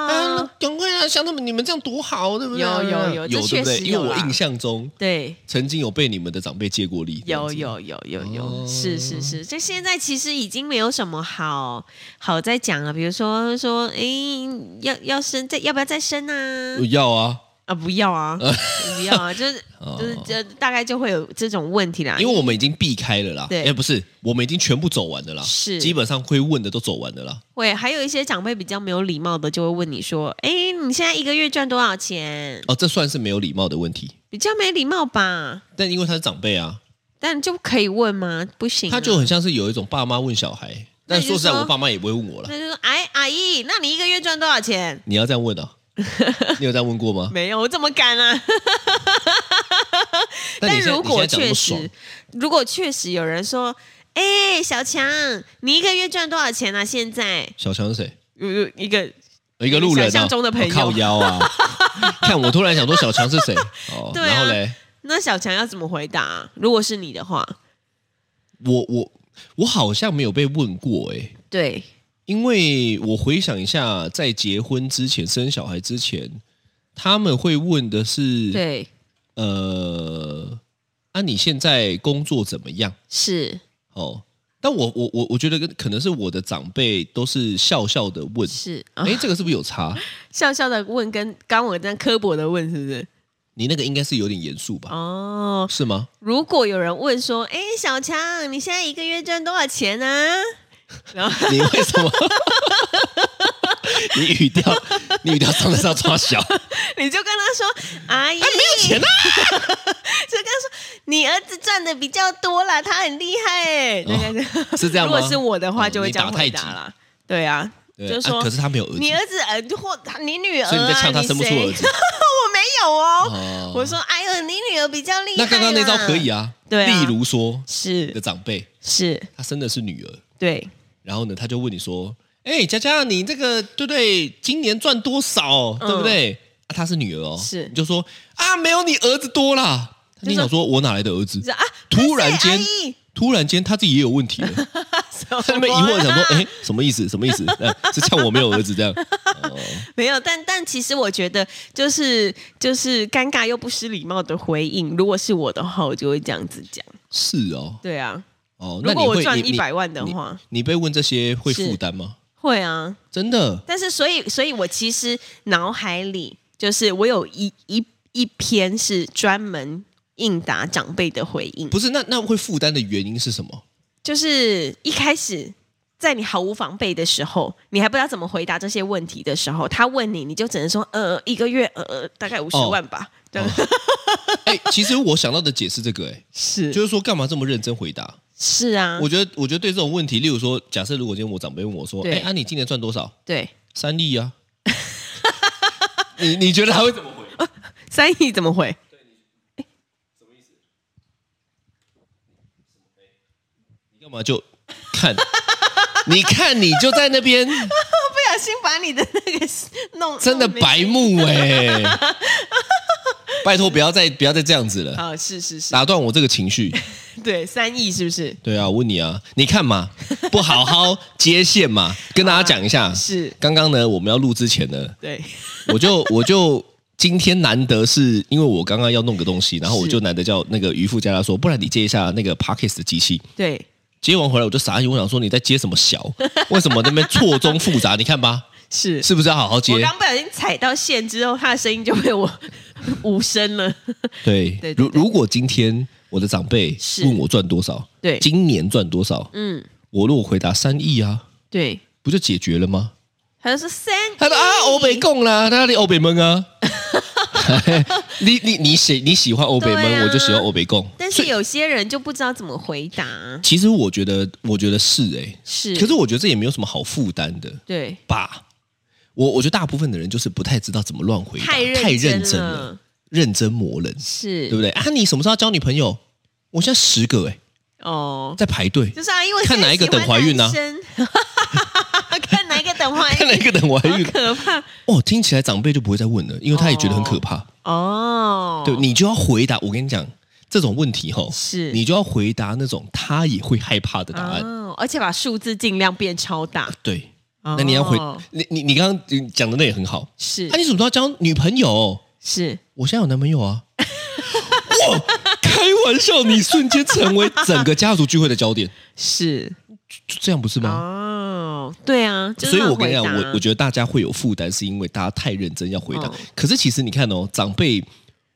Speaker 3: 那
Speaker 2: 啊。
Speaker 3: 赶快啊！像他们你们这样多好，对不对？
Speaker 2: 有有有这
Speaker 3: 有对不
Speaker 2: 确
Speaker 3: 对？
Speaker 2: 实
Speaker 3: 因为
Speaker 2: 有
Speaker 3: 我
Speaker 2: 啦
Speaker 3: 印象中
Speaker 2: 对，
Speaker 3: 曾经有被你们的长辈借过力，这样
Speaker 2: 有
Speaker 3: 子
Speaker 2: 有有有有，
Speaker 3: 哦
Speaker 2: 是是是，这现在其实已经没有什么好好在讲了。比如说说，诶，要要生，再要不要再生啊？
Speaker 3: 要啊，
Speaker 2: 啊，不要 啊，不要啊，就是就是这大概就会有这种问题啦。
Speaker 3: 哦因为我们已经避开了啦。
Speaker 2: 对
Speaker 3: 哎，不是，我们已经全部走完了啦，
Speaker 2: 是
Speaker 3: 基本上会问的都走完了啦。
Speaker 2: 会还有一些长辈比较没有礼貌的，就会问你说，诶，你现在一个月赚多少钱？
Speaker 3: 哦，这算是没有礼貌的问题，
Speaker 2: 比较没礼貌吧？
Speaker 3: 但因为他是长辈啊，
Speaker 2: 但就可以问吗？不行啊，
Speaker 3: 他就很像是有一种爸妈问小孩，
Speaker 2: 那
Speaker 3: 但
Speaker 2: 你就
Speaker 3: 说实在，
Speaker 2: 说
Speaker 3: 我爸妈也不会问我了。
Speaker 2: 那就说，哎，阿姨，那你一个月赚多少钱？
Speaker 3: 你要这样问 啊？你有这样问过吗？
Speaker 2: 没有，我怎么敢啊？
Speaker 3: 但你现在
Speaker 2: 如果
Speaker 3: 你现在 讲那
Speaker 2: 确
Speaker 3: 么爽
Speaker 2: 实，如果确实有人说，哎、小强，你一个月赚多少钱啊？现在
Speaker 3: 小强是谁？
Speaker 2: 有有一个
Speaker 3: 一个路人、啊，
Speaker 2: 你想象中的朋友
Speaker 3: 我靠腰啊！看我突然想说小强是谁哦，
Speaker 2: 对啊
Speaker 3: 然后嘞，
Speaker 2: 那小强要怎么回答啊、如果是你的话，
Speaker 3: 我我我好像没有被问过哎、
Speaker 2: 对，
Speaker 3: 因为我回想一下，在结婚之前、生小孩之前，他们会问的是，
Speaker 2: 对，
Speaker 3: 呃，啊，你现在工作怎么样？
Speaker 2: 是
Speaker 3: 哦，但我我我我觉得跟可能是我的长辈都是笑笑的问，
Speaker 2: 是，啊、
Speaker 3: 哎，这个是不是有差？
Speaker 2: 笑笑的问，跟刚我这样刻薄的问，是不是？
Speaker 3: 你那个应该是有点严肃吧？
Speaker 2: 哦，
Speaker 3: 是吗？
Speaker 2: 如果有人问说，哎，小强，你现在一个月赚多少钱啊？然后
Speaker 3: 你为什么？ 你语调，你语调上得上抓 小，
Speaker 2: 你就跟他说，阿姨，
Speaker 3: 没有钱啊！
Speaker 2: 就跟他说，你儿子赚的比较多啦，他很厉害哎、大概是
Speaker 3: 哦是这 样
Speaker 2: 如
Speaker 3: 吗？
Speaker 2: 果是我的话，
Speaker 3: 哦
Speaker 2: 就会
Speaker 3: 你
Speaker 2: 这样
Speaker 3: 打太
Speaker 2: 回
Speaker 3: 极
Speaker 2: 答啦。对啊，
Speaker 3: 对
Speaker 2: 就是
Speaker 3: 啊
Speaker 2: 说
Speaker 3: 可是他没有儿子，
Speaker 2: 你儿子呃，或你女儿、啊，
Speaker 3: 所以你在呛他
Speaker 2: 你
Speaker 3: 生不出
Speaker 2: 谁
Speaker 3: 儿 子。
Speaker 2: 我没有哦。
Speaker 3: 哦
Speaker 2: 我说，哎呦，你女儿比较厉害
Speaker 3: 那
Speaker 2: 啦。
Speaker 3: 刚刚那招可以啊，
Speaker 2: 对啊
Speaker 3: 例如说你的
Speaker 2: 是
Speaker 3: 长辈，
Speaker 2: 是，
Speaker 3: 他生的是女儿，
Speaker 2: 对
Speaker 3: 然后呢，他就问你说：“哎、佳佳，你这个对不对？今年赚多少？对不对？”啊，她是女儿哦，
Speaker 2: 嗯是
Speaker 3: 你就说啊，没有你儿子 多啦。
Speaker 2: 就
Speaker 3: 你想说，我哪来的儿子
Speaker 2: 你？说啊，
Speaker 3: 突然间
Speaker 2: 那谁
Speaker 3: 突然间他自己也有问 题了，
Speaker 2: 阿姨
Speaker 3: 他那边疑惑想
Speaker 2: 啊
Speaker 3: 说：“哎、什么意思？什么意思？ 呃、是像我没有儿子这样？” 哦，
Speaker 2: 没有，但但其实我觉得，就是就是尴尬又不失礼貌的回应。如果是我的话，我就会这样子讲。
Speaker 3: 是哦，
Speaker 2: 对啊，
Speaker 3: 哦，那
Speaker 2: 如
Speaker 3: 你
Speaker 2: 果
Speaker 3: 会
Speaker 2: 我赚
Speaker 3: 你
Speaker 2: 一百万的话，
Speaker 3: 你，你被问这些会
Speaker 2: 是
Speaker 3: 负担吗？
Speaker 2: 会啊。
Speaker 3: 真的
Speaker 2: 但是，所以，所以我其实脑海里就是我有一一一篇是专门应答长辈的回应，
Speaker 3: 不是？那那会负担的原因是什么？
Speaker 2: 就是一开始在你毫无防备的时候，你还不知道怎么回答这些问题的时候，他问你，你就只能说呃，一个月呃呃，大概五十
Speaker 3: 哦
Speaker 2: 万吧。这 样
Speaker 3: 哎、其实我想到的解释这个、哎，
Speaker 2: 是
Speaker 3: 就是说干嘛这么认真回答？
Speaker 2: 是啊
Speaker 3: 我，觉得，我觉得对这种问题，例如说，假设如果今天我长辈问我说：“
Speaker 2: 对
Speaker 3: 哎，啊，你今年赚多少？
Speaker 2: 对，
Speaker 3: 三亿 啊？”你你觉得他会怎么回？
Speaker 2: 三亿怎么回？
Speaker 3: 你干嘛就看？你看你就在那 边
Speaker 2: 不小心把你的那个弄
Speaker 3: 真的白目 哎、拜托不要再不要再这样子了，
Speaker 2: 啊、是是 是，
Speaker 3: 打断我这个情绪。
Speaker 2: 对，三亿是不是？
Speaker 3: 对啊，我问你啊，你看嘛，不好好接线嘛，跟大家讲一下。
Speaker 2: 是，
Speaker 3: 刚刚呢，我们要录之前呢，
Speaker 2: 对，
Speaker 3: 我就我就今天难得是因为我刚刚要弄个东西，然后我就难得叫那个渔夫家他说，不然你接一下那个 Parkes 的机器。
Speaker 2: 对，
Speaker 3: 接完回来我就傻眼，我想说你在接什么小？为什么那边错综复杂？你看吧，
Speaker 2: 是。
Speaker 3: 是不是要好好
Speaker 2: 我
Speaker 3: 接
Speaker 2: 刚？不小心踩到线之后，他的声音就被我 无声了。
Speaker 3: 对
Speaker 2: 对对，
Speaker 3: 如
Speaker 2: 对
Speaker 3: 如果今天我的长辈
Speaker 2: 是
Speaker 3: 问我赚多少，
Speaker 2: 对
Speaker 3: 今年赚多少，
Speaker 2: 嗯，
Speaker 3: 我如果回答三亿啊，
Speaker 2: 对，
Speaker 3: 不就解决了吗？
Speaker 2: 他就说三亿。
Speaker 3: 他说啊，欧北共啦，他你欧北蒙 啊。 你你你喜你喜欢欧北蒙，
Speaker 2: 对啊
Speaker 3: 我就喜欢欧北共。
Speaker 2: 但
Speaker 3: 所
Speaker 2: 是
Speaker 3: 以
Speaker 2: 有些人就不知道怎么回答，
Speaker 3: 其实我觉得，我觉得是哎、
Speaker 2: 是，
Speaker 3: 可是我觉得这也没有什么好负担的
Speaker 2: 对
Speaker 3: 吧。我我觉得大部分的人就是不太知道怎么乱回答，
Speaker 2: 太认真
Speaker 3: 认真
Speaker 2: 了
Speaker 3: 了，认真磨人，
Speaker 2: 是，
Speaker 3: 对不对啊？你什么时候要交女朋友？我现在十个哎、
Speaker 2: 哦，
Speaker 3: 在排队，
Speaker 2: 就是啊，因为
Speaker 3: 看哪一个等怀孕啊
Speaker 2: 呢？ 看哪一个等怀
Speaker 3: 看
Speaker 2: 孕，
Speaker 3: 哪一个等怀孕
Speaker 2: 好。 可怕
Speaker 3: 哦，听起来长辈就不会再问了，因为他也觉得很可怕。
Speaker 2: 哦。
Speaker 3: 对你就要回答，我跟你讲这种问题吼、
Speaker 2: 是
Speaker 3: 你就要回答那种他也会害怕的答案。
Speaker 2: 哦，而且把数字尽量变超大。
Speaker 3: 对，
Speaker 2: 那
Speaker 3: 那你要回、你你你刚刚讲的那也很好。
Speaker 2: 哦是
Speaker 3: 啊，你怎么知道交女朋友？
Speaker 2: 是
Speaker 3: 我现在有男朋友啊！ 哇，开玩笑，你瞬间成为整个家族聚会的焦点，
Speaker 2: 是
Speaker 3: 就这样不是吗？
Speaker 2: 哦，对啊，就是
Speaker 3: 所以我跟你讲，
Speaker 2: 乱回答
Speaker 3: 我我觉得大家会有负担，是因为大家太认真要回答。
Speaker 2: 哦
Speaker 3: 可是其实你看哦，长辈，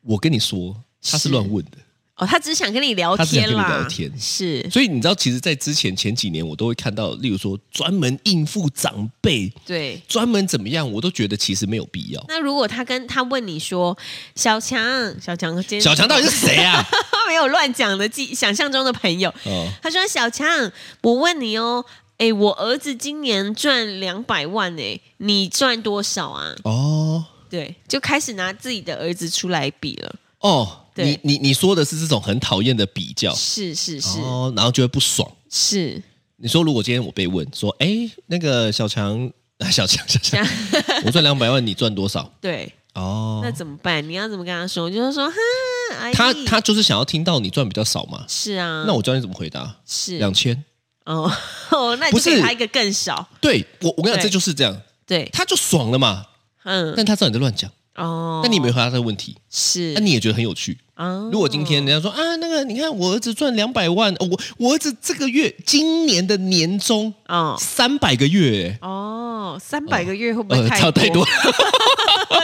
Speaker 3: 我跟你说，他
Speaker 2: 是
Speaker 3: 是乱问的。
Speaker 2: 哦，他只是想跟你聊
Speaker 3: 他只想
Speaker 2: 天
Speaker 3: 跟你
Speaker 2: 啦，
Speaker 3: 聊天
Speaker 2: 是
Speaker 3: 所以你知道，其实，在之前前几年，我都会看到，例如说专门应付长辈，
Speaker 2: 对。
Speaker 3: 专门怎么样，我都觉得其实没有必要。
Speaker 2: 那如果他跟他问你说，小强，小强今天，
Speaker 3: 小强到底是谁啊？
Speaker 2: 他没有乱讲的记想象中的朋友，
Speaker 3: 哦，
Speaker 2: 他说小强，我问你哦，哎，我儿子今年赚两百万哎，你赚多少啊？
Speaker 3: 哦，
Speaker 2: 对，就开始拿自己的儿子出来比了，
Speaker 3: 哦，
Speaker 2: 对
Speaker 3: 你你你说的是这种很讨厌的比较，
Speaker 2: 是是是、
Speaker 3: 哦，然后就会不爽。
Speaker 2: 是，
Speaker 3: 你说，如果今天我被问说， 哎，那个小强，啊、小强，小强，我赚两百万，你赚多少？
Speaker 2: 对，
Speaker 3: 哦
Speaker 2: 那，怎么办？你要怎么跟他说？我就说哈，阿姨，
Speaker 3: 他他就是想要听到你赚比较少嘛。
Speaker 2: 是啊，
Speaker 3: 那我教你怎么回答，
Speaker 2: 是
Speaker 3: 两千。
Speaker 2: 哦 哦，那你
Speaker 3: 不
Speaker 2: 就给
Speaker 3: 是
Speaker 2: 他一个更少，
Speaker 3: 对我，我跟你讲，
Speaker 2: 对
Speaker 3: 这就是这样，
Speaker 2: 对，
Speaker 3: 他就爽了嘛。
Speaker 2: 嗯，
Speaker 3: 但他知道你在乱讲，
Speaker 2: 哦，
Speaker 3: 但你没回答他的问题，
Speaker 2: 是
Speaker 3: 那你也觉得很有趣。
Speaker 2: 啊
Speaker 3: 如果今天人家说啊，那个你看我儿子赚两百万，哦我我儿子这个月今年的年终
Speaker 2: 哦
Speaker 3: 三百个月，
Speaker 2: 哦，三百个月会不会
Speaker 3: 呃，差太
Speaker 2: 太
Speaker 3: 多？，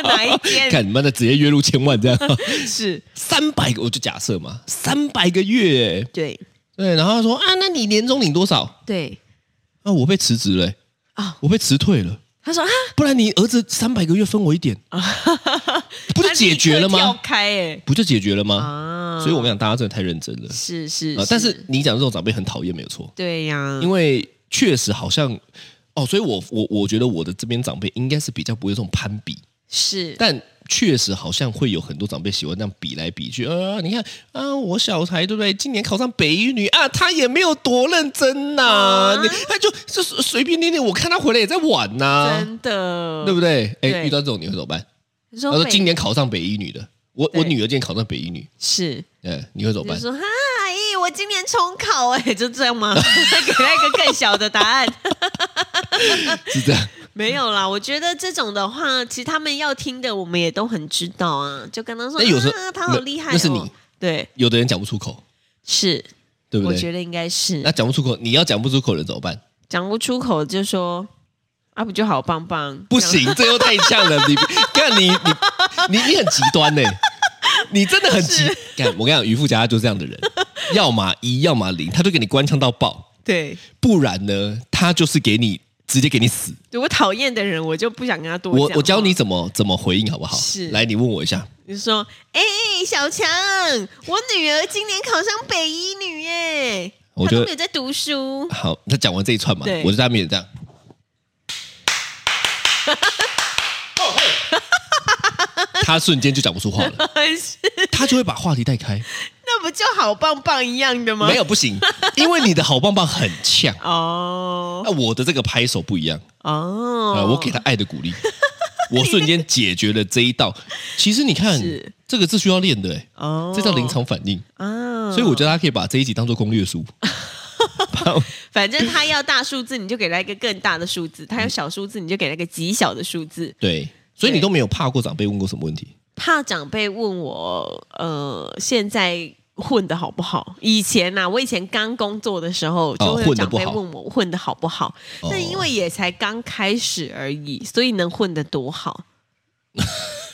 Speaker 2: 哪一天
Speaker 3: 看你妈的直接月入千万这 样，
Speaker 2: 是？
Speaker 3: 三百个我就假设嘛，三百个月，
Speaker 2: 对
Speaker 3: 对，然后他说啊，那你年终领多少？
Speaker 2: 对，
Speaker 3: 啊，我被辞职了、欸
Speaker 2: 啊
Speaker 3: 我被辞退了，
Speaker 2: 他说啊，
Speaker 3: 不然你儿子三百个月分我一点， 不就
Speaker 2: 他
Speaker 3: 解决了
Speaker 2: 立刻跳
Speaker 3: 吗？
Speaker 2: 开哎
Speaker 3: 不就解决了吗？
Speaker 2: 啊，
Speaker 3: 所以我们讲大家真的太认真了
Speaker 2: 是是
Speaker 3: 啊！但是嗯你讲这种长辈很讨厌，没有错，
Speaker 2: 对呀，
Speaker 3: 因为确实好像哦，所以我我我觉得我的这边长辈应该是比较不会这种攀比，
Speaker 2: 是
Speaker 3: 但确实好像会有很多长辈喜欢这样比来比去。啊，你看啊，我小孩对不对？今年考上北一女啊，他也没有多认真呐、
Speaker 2: 啊
Speaker 3: 你他就就随便练练，我看他回来也在玩呐、
Speaker 2: 真的，
Speaker 3: 啊对不对？哎，
Speaker 2: 对
Speaker 3: 遇到这种你会怎么办？
Speaker 2: 你
Speaker 3: 他
Speaker 2: 说
Speaker 3: 说
Speaker 2: 每
Speaker 3: 今年考上北一女的，我
Speaker 2: 对
Speaker 3: 我女儿今年考上北一女，
Speaker 2: 是
Speaker 3: 哎，你会怎
Speaker 2: 就
Speaker 3: 么办？
Speaker 2: 说哈，阿姨，我今年重考哎、 就这样吗？给他一个更小的答 案，
Speaker 3: 是这样，
Speaker 2: 没有啦。我觉得这种的话，其实他们要听的，我们也都很知道啊。就跟他说，
Speaker 3: 但有时候
Speaker 2: 啊、他好厉害、哦，
Speaker 3: 那那是你
Speaker 2: 对，
Speaker 3: 有的人讲不出口，
Speaker 2: 是，
Speaker 3: 对不
Speaker 2: 我觉
Speaker 3: 对？
Speaker 2: 得应该是
Speaker 3: 那讲不出口，你要讲不出口的人怎么办？
Speaker 2: 讲不出口，就说啊，不就好棒棒？
Speaker 3: 不
Speaker 2: 这样，
Speaker 3: 行，这又太像了。你看你你你你很极端呢、你真的很极。看我跟你讲，渔夫家就是这样的人，要么一，要么零，他就给你官腔到爆，
Speaker 2: 对，
Speaker 3: 不然呢，他就是给你直接给你死。
Speaker 2: 对我讨厌的人，我就不想跟他多
Speaker 3: 我
Speaker 2: 讲
Speaker 3: 我教
Speaker 2: 话
Speaker 3: 你，怎么怎么回应好不好？
Speaker 2: 是
Speaker 3: 来你问我一下，
Speaker 2: 你说，哎、小强，我女儿今年考上北医女耶，
Speaker 3: 我
Speaker 2: 她
Speaker 3: 觉
Speaker 2: 都
Speaker 3: 得
Speaker 2: 没有在读 书。
Speaker 3: 好，他讲完这一串嘛，
Speaker 2: 对
Speaker 3: 我就在他面前这样。他瞬间就讲不出话了，
Speaker 2: 是
Speaker 3: 他就会把话题带 开。
Speaker 2: 那不就好棒棒一样的吗？
Speaker 3: 没有不行，因为你的好棒棒很呛，
Speaker 2: 哦
Speaker 3: 那我的这个拍手不一样啊、
Speaker 2: 哦，
Speaker 3: 我给他爱的鼓 励，我瞬间解决了这一道。其实你看
Speaker 2: 是，
Speaker 3: 这个是需要练的、欸，
Speaker 2: 哦
Speaker 3: 这叫临场反应。
Speaker 2: 啊，
Speaker 3: 所以我觉得大家可以把这一集当做攻略书，把
Speaker 2: 反正他要大数字，你就给他一个更大的数字；他要小数字，你就给他一个极小的数字。
Speaker 3: 对。所以你
Speaker 2: 对
Speaker 3: 都没有怕过长辈问过什么问题？
Speaker 2: 怕长辈问我，呃，现在混的好不好？以前啊呐、我以前刚工作的时候，就会有
Speaker 3: 哦混得
Speaker 2: 长
Speaker 3: 不
Speaker 2: 辈
Speaker 3: 好
Speaker 2: 问我混的好不好。
Speaker 3: 哦
Speaker 2: 但因为也才刚开始而已，所以能混得多 好？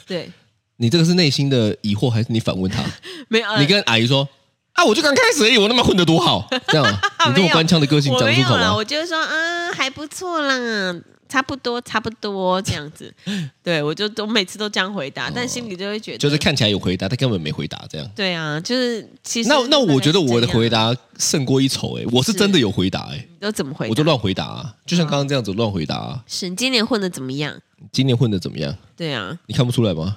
Speaker 2: 对，
Speaker 3: 你这个是内心的疑惑，还是你反问他？
Speaker 2: 没 有，呃
Speaker 3: 你跟阿姨说啊，我就刚开始而已，我他妈混得多好， 这样啊、你这
Speaker 2: 没
Speaker 3: 么
Speaker 2: 有
Speaker 3: 官腔的个性
Speaker 2: 我
Speaker 3: 讲
Speaker 2: 没
Speaker 3: 出
Speaker 2: 有
Speaker 3: 口啊
Speaker 2: 啦，
Speaker 3: 吗？
Speaker 2: 我就说啊，还不错啦，差不多，差不多这样 子。对我就都每次都这样回答，但心里就会觉得
Speaker 3: 哦就是看起来有回答，但根本没回答，这样。
Speaker 2: 对啊，就是其实
Speaker 3: 那那我觉得我的回
Speaker 2: 答
Speaker 3: 答胜过一筹，哎，我是
Speaker 2: 是
Speaker 3: 真的有回答，哎，
Speaker 2: 啊都怎么回答？
Speaker 3: 我就乱回答、啊，就像刚刚这样子乱回答、啊。
Speaker 2: 是你今年混的怎么样？
Speaker 3: 今年混的怎么样？
Speaker 2: 对啊，
Speaker 3: 你看不出来吗？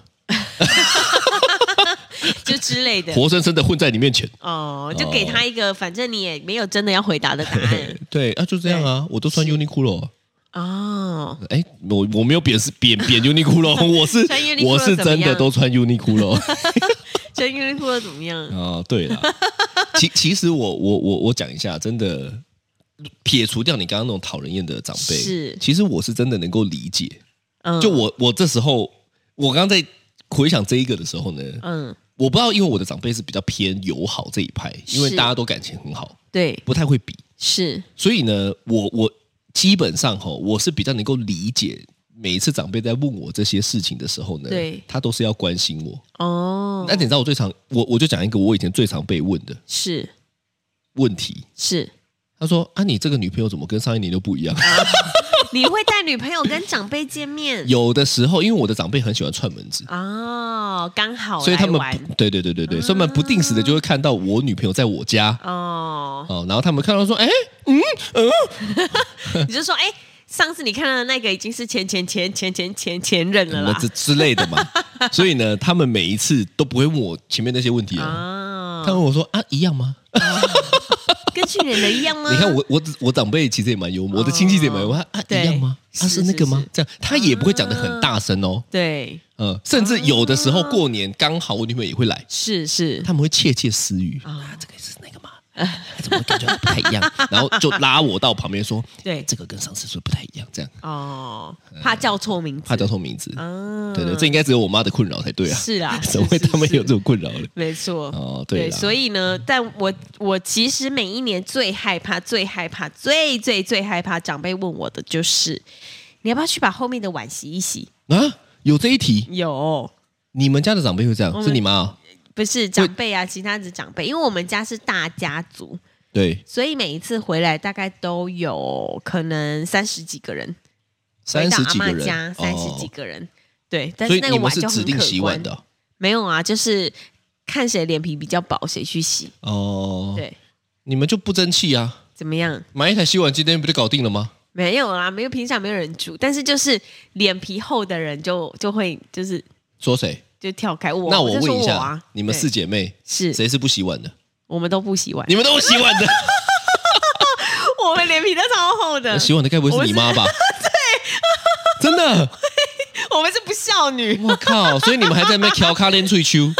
Speaker 2: 就之类的
Speaker 3: 活生生的混在你面前。
Speaker 2: 哦，就给他一个，反正你也没有真的要回答的答 案
Speaker 3: 对啊，就这样啊，我都穿 Uniqlo。
Speaker 2: 哦。
Speaker 3: 哎，我我没有贬是贬贬 Uniqlo，我是
Speaker 2: 穿 Uniqlo
Speaker 3: 我是
Speaker 2: 怎
Speaker 3: 真
Speaker 2: 么
Speaker 3: 的
Speaker 2: 样
Speaker 3: 都穿 Uniqlo
Speaker 2: 就因为过得怎么样？
Speaker 3: 啊。对了，其其实我我我我讲一下，真的撇除掉你刚刚那种讨人厌的长辈，
Speaker 2: 是
Speaker 3: 其实我是真的能够理解。
Speaker 2: 嗯，
Speaker 3: 就我我这时候，我刚刚在回想这一个的时候呢，
Speaker 2: 嗯，
Speaker 3: 我不知道，因为我的长辈是比较偏友好这一派，因为
Speaker 2: 是
Speaker 3: 大家都感情很好，
Speaker 2: 对，
Speaker 3: 不太会比，
Speaker 2: 是
Speaker 3: 所以呢，我我基本上哈，我是比较能够理解每一次长辈在问我这些事情的时候呢，
Speaker 2: 对
Speaker 3: 他都是要关心我。
Speaker 2: 哦
Speaker 3: 那、，你知道我最常我我就讲一个我以前最常被问的
Speaker 2: 是
Speaker 3: 问题，
Speaker 2: 是，
Speaker 3: 他说啊，你这个女朋友怎么跟上一年都不一 样？
Speaker 2: 啊你会带女朋友跟长辈见面
Speaker 3: 有的时候，因为我的长辈很喜欢串门子。
Speaker 2: 哦，刚好
Speaker 3: 所以他
Speaker 2: 来
Speaker 3: 们
Speaker 2: 玩
Speaker 3: 不对对对对对，所以他们不定时的就会看到我女朋友在我家
Speaker 2: 哦，
Speaker 3: 哦，然后他们看到说，哎，
Speaker 2: 你就说哎。上次你看到的那个已经是前前前前前前前任了
Speaker 3: 那
Speaker 2: 啦
Speaker 3: 之之 类的嘛。所以呢，他们每一次都不会问我前面那些问题啊，
Speaker 2: 啊，
Speaker 3: 他问我说啊，一样吗？
Speaker 2: 跟群人的一样吗？
Speaker 3: 你看我我我长辈其实也蛮幽默，我的亲戚也蛮幽默，他啊
Speaker 2: 哦对
Speaker 3: 一样吗？他
Speaker 2: 是
Speaker 3: 是那个吗
Speaker 2: 是是？啊
Speaker 3: 这样他也不会讲的很大声哦，
Speaker 2: 对，
Speaker 3: 呃，甚至有的时候过年刚好我女朋友也会来，
Speaker 2: 是是
Speaker 3: 他们会窃窃私语啊，这个是那个吗？哎怎么感觉好像不太一样？ 然后就拉我到旁边说，
Speaker 2: 对
Speaker 3: 这个跟上次说不太一样，这样
Speaker 2: 哦，怕叫错名字，
Speaker 3: 怕叫错名字。
Speaker 2: 啊
Speaker 3: 对对，这应该只有我妈的困扰才对啊，
Speaker 2: 是啊
Speaker 3: 怎么会
Speaker 2: 是是
Speaker 3: 他们有这种困扰呢？
Speaker 2: 没错。
Speaker 3: 哦，
Speaker 2: 对，
Speaker 3: 啦，
Speaker 2: 所以呢，但我我其实每一年最害怕、最害怕、最最最害怕长辈问我的就是，你要不要去把后面的碗洗一洗？
Speaker 3: 啊，有这一题，
Speaker 2: 有，
Speaker 3: 你们家的长辈会这样，
Speaker 2: 们
Speaker 3: 是你妈啊？
Speaker 2: 不是长辈啊，其他的长辈，因为我们家是大家族，
Speaker 3: 对，
Speaker 2: 所以每一次回来大概都有可能三十几个人，回
Speaker 3: 三
Speaker 2: 到
Speaker 3: 十
Speaker 2: 阿
Speaker 3: 几
Speaker 2: 妈
Speaker 3: 个人
Speaker 2: 家，三十几
Speaker 3: 哦，
Speaker 2: 个人。对，但
Speaker 3: 所
Speaker 2: 是
Speaker 3: 以
Speaker 2: 那
Speaker 3: 你
Speaker 2: 个
Speaker 3: 们
Speaker 2: 碗
Speaker 3: 是
Speaker 2: 就
Speaker 3: 指
Speaker 2: 很
Speaker 3: 定
Speaker 2: 可
Speaker 3: 洗碗
Speaker 2: 观。
Speaker 3: 的
Speaker 2: 没有啊，就是看谁脸皮比较薄，谁去洗。
Speaker 3: 哦。
Speaker 2: 对，
Speaker 3: 你们就不争气啊，
Speaker 2: 怎么样？
Speaker 3: 买一台洗碗机，那不就搞定了吗？
Speaker 2: 没有啦，没有平常没有人煮，但是就是脸皮厚的人就就会就是
Speaker 3: 说谁？
Speaker 2: 就跳开我。
Speaker 3: 那
Speaker 2: 我
Speaker 3: 我
Speaker 2: 就说
Speaker 3: 问一
Speaker 2: 我啊
Speaker 3: 下，、你们四
Speaker 2: 对
Speaker 3: 姐妹
Speaker 2: 是
Speaker 3: 谁是不洗碗的？
Speaker 2: 我们都不洗碗，
Speaker 3: 你们都洗碗的，
Speaker 2: 我们脸皮都超厚的，
Speaker 3: 洗碗的该不会是你 妈吧？对，真的，
Speaker 2: 我们是不孝女。
Speaker 3: 我靠！所以你们还在那边调卡连翠 秋，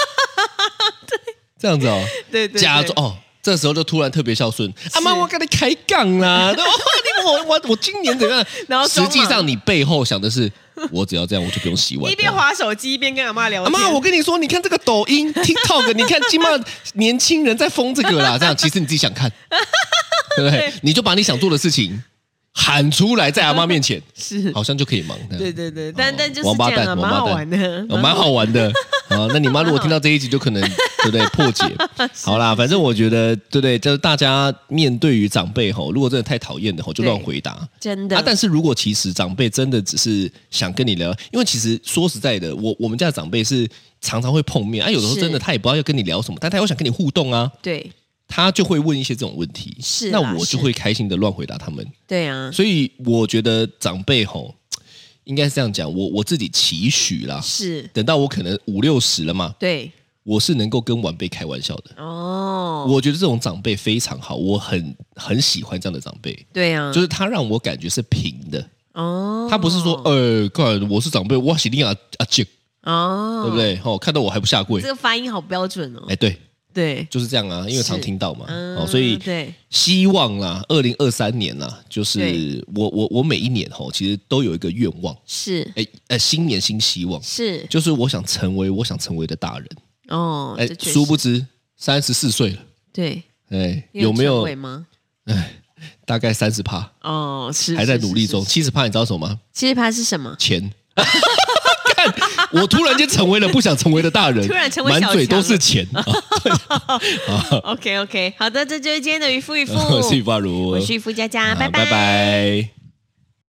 Speaker 3: 这样子哦，
Speaker 2: 对对对，
Speaker 3: 假装哦。这时候就突然特别孝顺，阿妈，
Speaker 2: 是
Speaker 3: 我跟你开杠 啦！对吧哦你我我我今年怎么样？
Speaker 2: 然后
Speaker 3: 实
Speaker 2: 装
Speaker 3: 际
Speaker 2: 忙
Speaker 3: 上你背后想的是，我只要这样我就不用洗碗。
Speaker 2: 一边划手机一边跟阿妈聊
Speaker 3: 阿
Speaker 2: 天。
Speaker 3: 妈，我跟你说，你看这个抖 音、TikTok，你看今嘛年轻人在疯这个啦，这样其实你自己 想看，对不对？你就把你想做的事情喊出来，在阿妈面前，
Speaker 2: 是，
Speaker 3: 好像就可以忙。
Speaker 2: 对对对，但、
Speaker 3: 哦
Speaker 2: 但就是
Speaker 3: 王八
Speaker 2: 这样啊，
Speaker 3: 蛋，王
Speaker 2: 蛮
Speaker 3: 八
Speaker 2: 好
Speaker 3: 蛋
Speaker 2: 玩的，
Speaker 3: 哦蛮好 玩的。啊，那你妈如果听到这一集，就可能对不对破解？ 好啦，反正我觉得对不对，就是大家面对于长辈吼，如果真的太讨厌的吼，就乱
Speaker 2: 对
Speaker 3: 回答。
Speaker 2: 真的。
Speaker 3: 啊。但是如果其实长辈真的只是想跟你聊，因为其实说实在的，我我们家的长辈是常常会碰面啊，有的时候
Speaker 2: 是
Speaker 3: 真的他也不知道要跟你聊什么，但他又想跟你互动啊，
Speaker 2: 对
Speaker 3: 他就会问一些这种问题。
Speaker 2: 是啦
Speaker 3: 那我就是会开心的乱回答他们。
Speaker 2: 对啊，
Speaker 3: 所以我觉得长辈吼，应该是这样讲，我我自己期许啦。
Speaker 2: 是，
Speaker 3: 等到我可能五六十了嘛，
Speaker 2: 对
Speaker 3: 我是能够跟晚辈开玩笑的。
Speaker 2: 哦，
Speaker 3: 我觉得这种长辈非常好，我很很喜欢这样的长辈，
Speaker 2: 对啊，
Speaker 3: 就是他让我感觉是平的，
Speaker 2: 哦，
Speaker 3: 他不是说，呃，看我是长辈，我是一定啊啊姐，
Speaker 2: 哦，
Speaker 3: 对不？对？哦，看到我还不下跪
Speaker 2: 这，个发音好标准哦
Speaker 3: 哎，，对，
Speaker 2: 对，
Speaker 3: 就是这样啊，因为常
Speaker 2: 是
Speaker 3: 听到嘛，哦，
Speaker 2: 嗯
Speaker 3: 所以
Speaker 2: 对
Speaker 3: 希望啦，二零二三年啦，就是
Speaker 2: 对
Speaker 3: 我我我每一年吼，其实都有一个愿望，
Speaker 2: 是
Speaker 3: 哎呃，新年新希望，
Speaker 2: 是
Speaker 3: 就是我想成为我想成为的大人，
Speaker 2: 哦，
Speaker 3: 哎
Speaker 2: 这，确
Speaker 3: 殊
Speaker 2: 实
Speaker 3: 不知三十四岁了，
Speaker 2: 对，
Speaker 3: 哎，
Speaker 2: 你
Speaker 3: 有没
Speaker 2: 成
Speaker 3: 有
Speaker 2: 为吗？
Speaker 3: 大概三十趴？
Speaker 2: 哦，是
Speaker 3: 还在努力中，。七十趴你知道什么吗？
Speaker 2: 七十趴是什 么？
Speaker 3: 钱。看，我突然间成为了不想成为的大人，
Speaker 2: 突然成为小
Speaker 3: 满
Speaker 2: 强哦
Speaker 3: 嘴都是钱啊！
Speaker 2: OK OK，好的，这就是今天的渔夫渔夫，
Speaker 3: 我是雨发如，
Speaker 2: 我是渔夫佳佳，
Speaker 3: 啊
Speaker 2: 拜
Speaker 3: 拜拜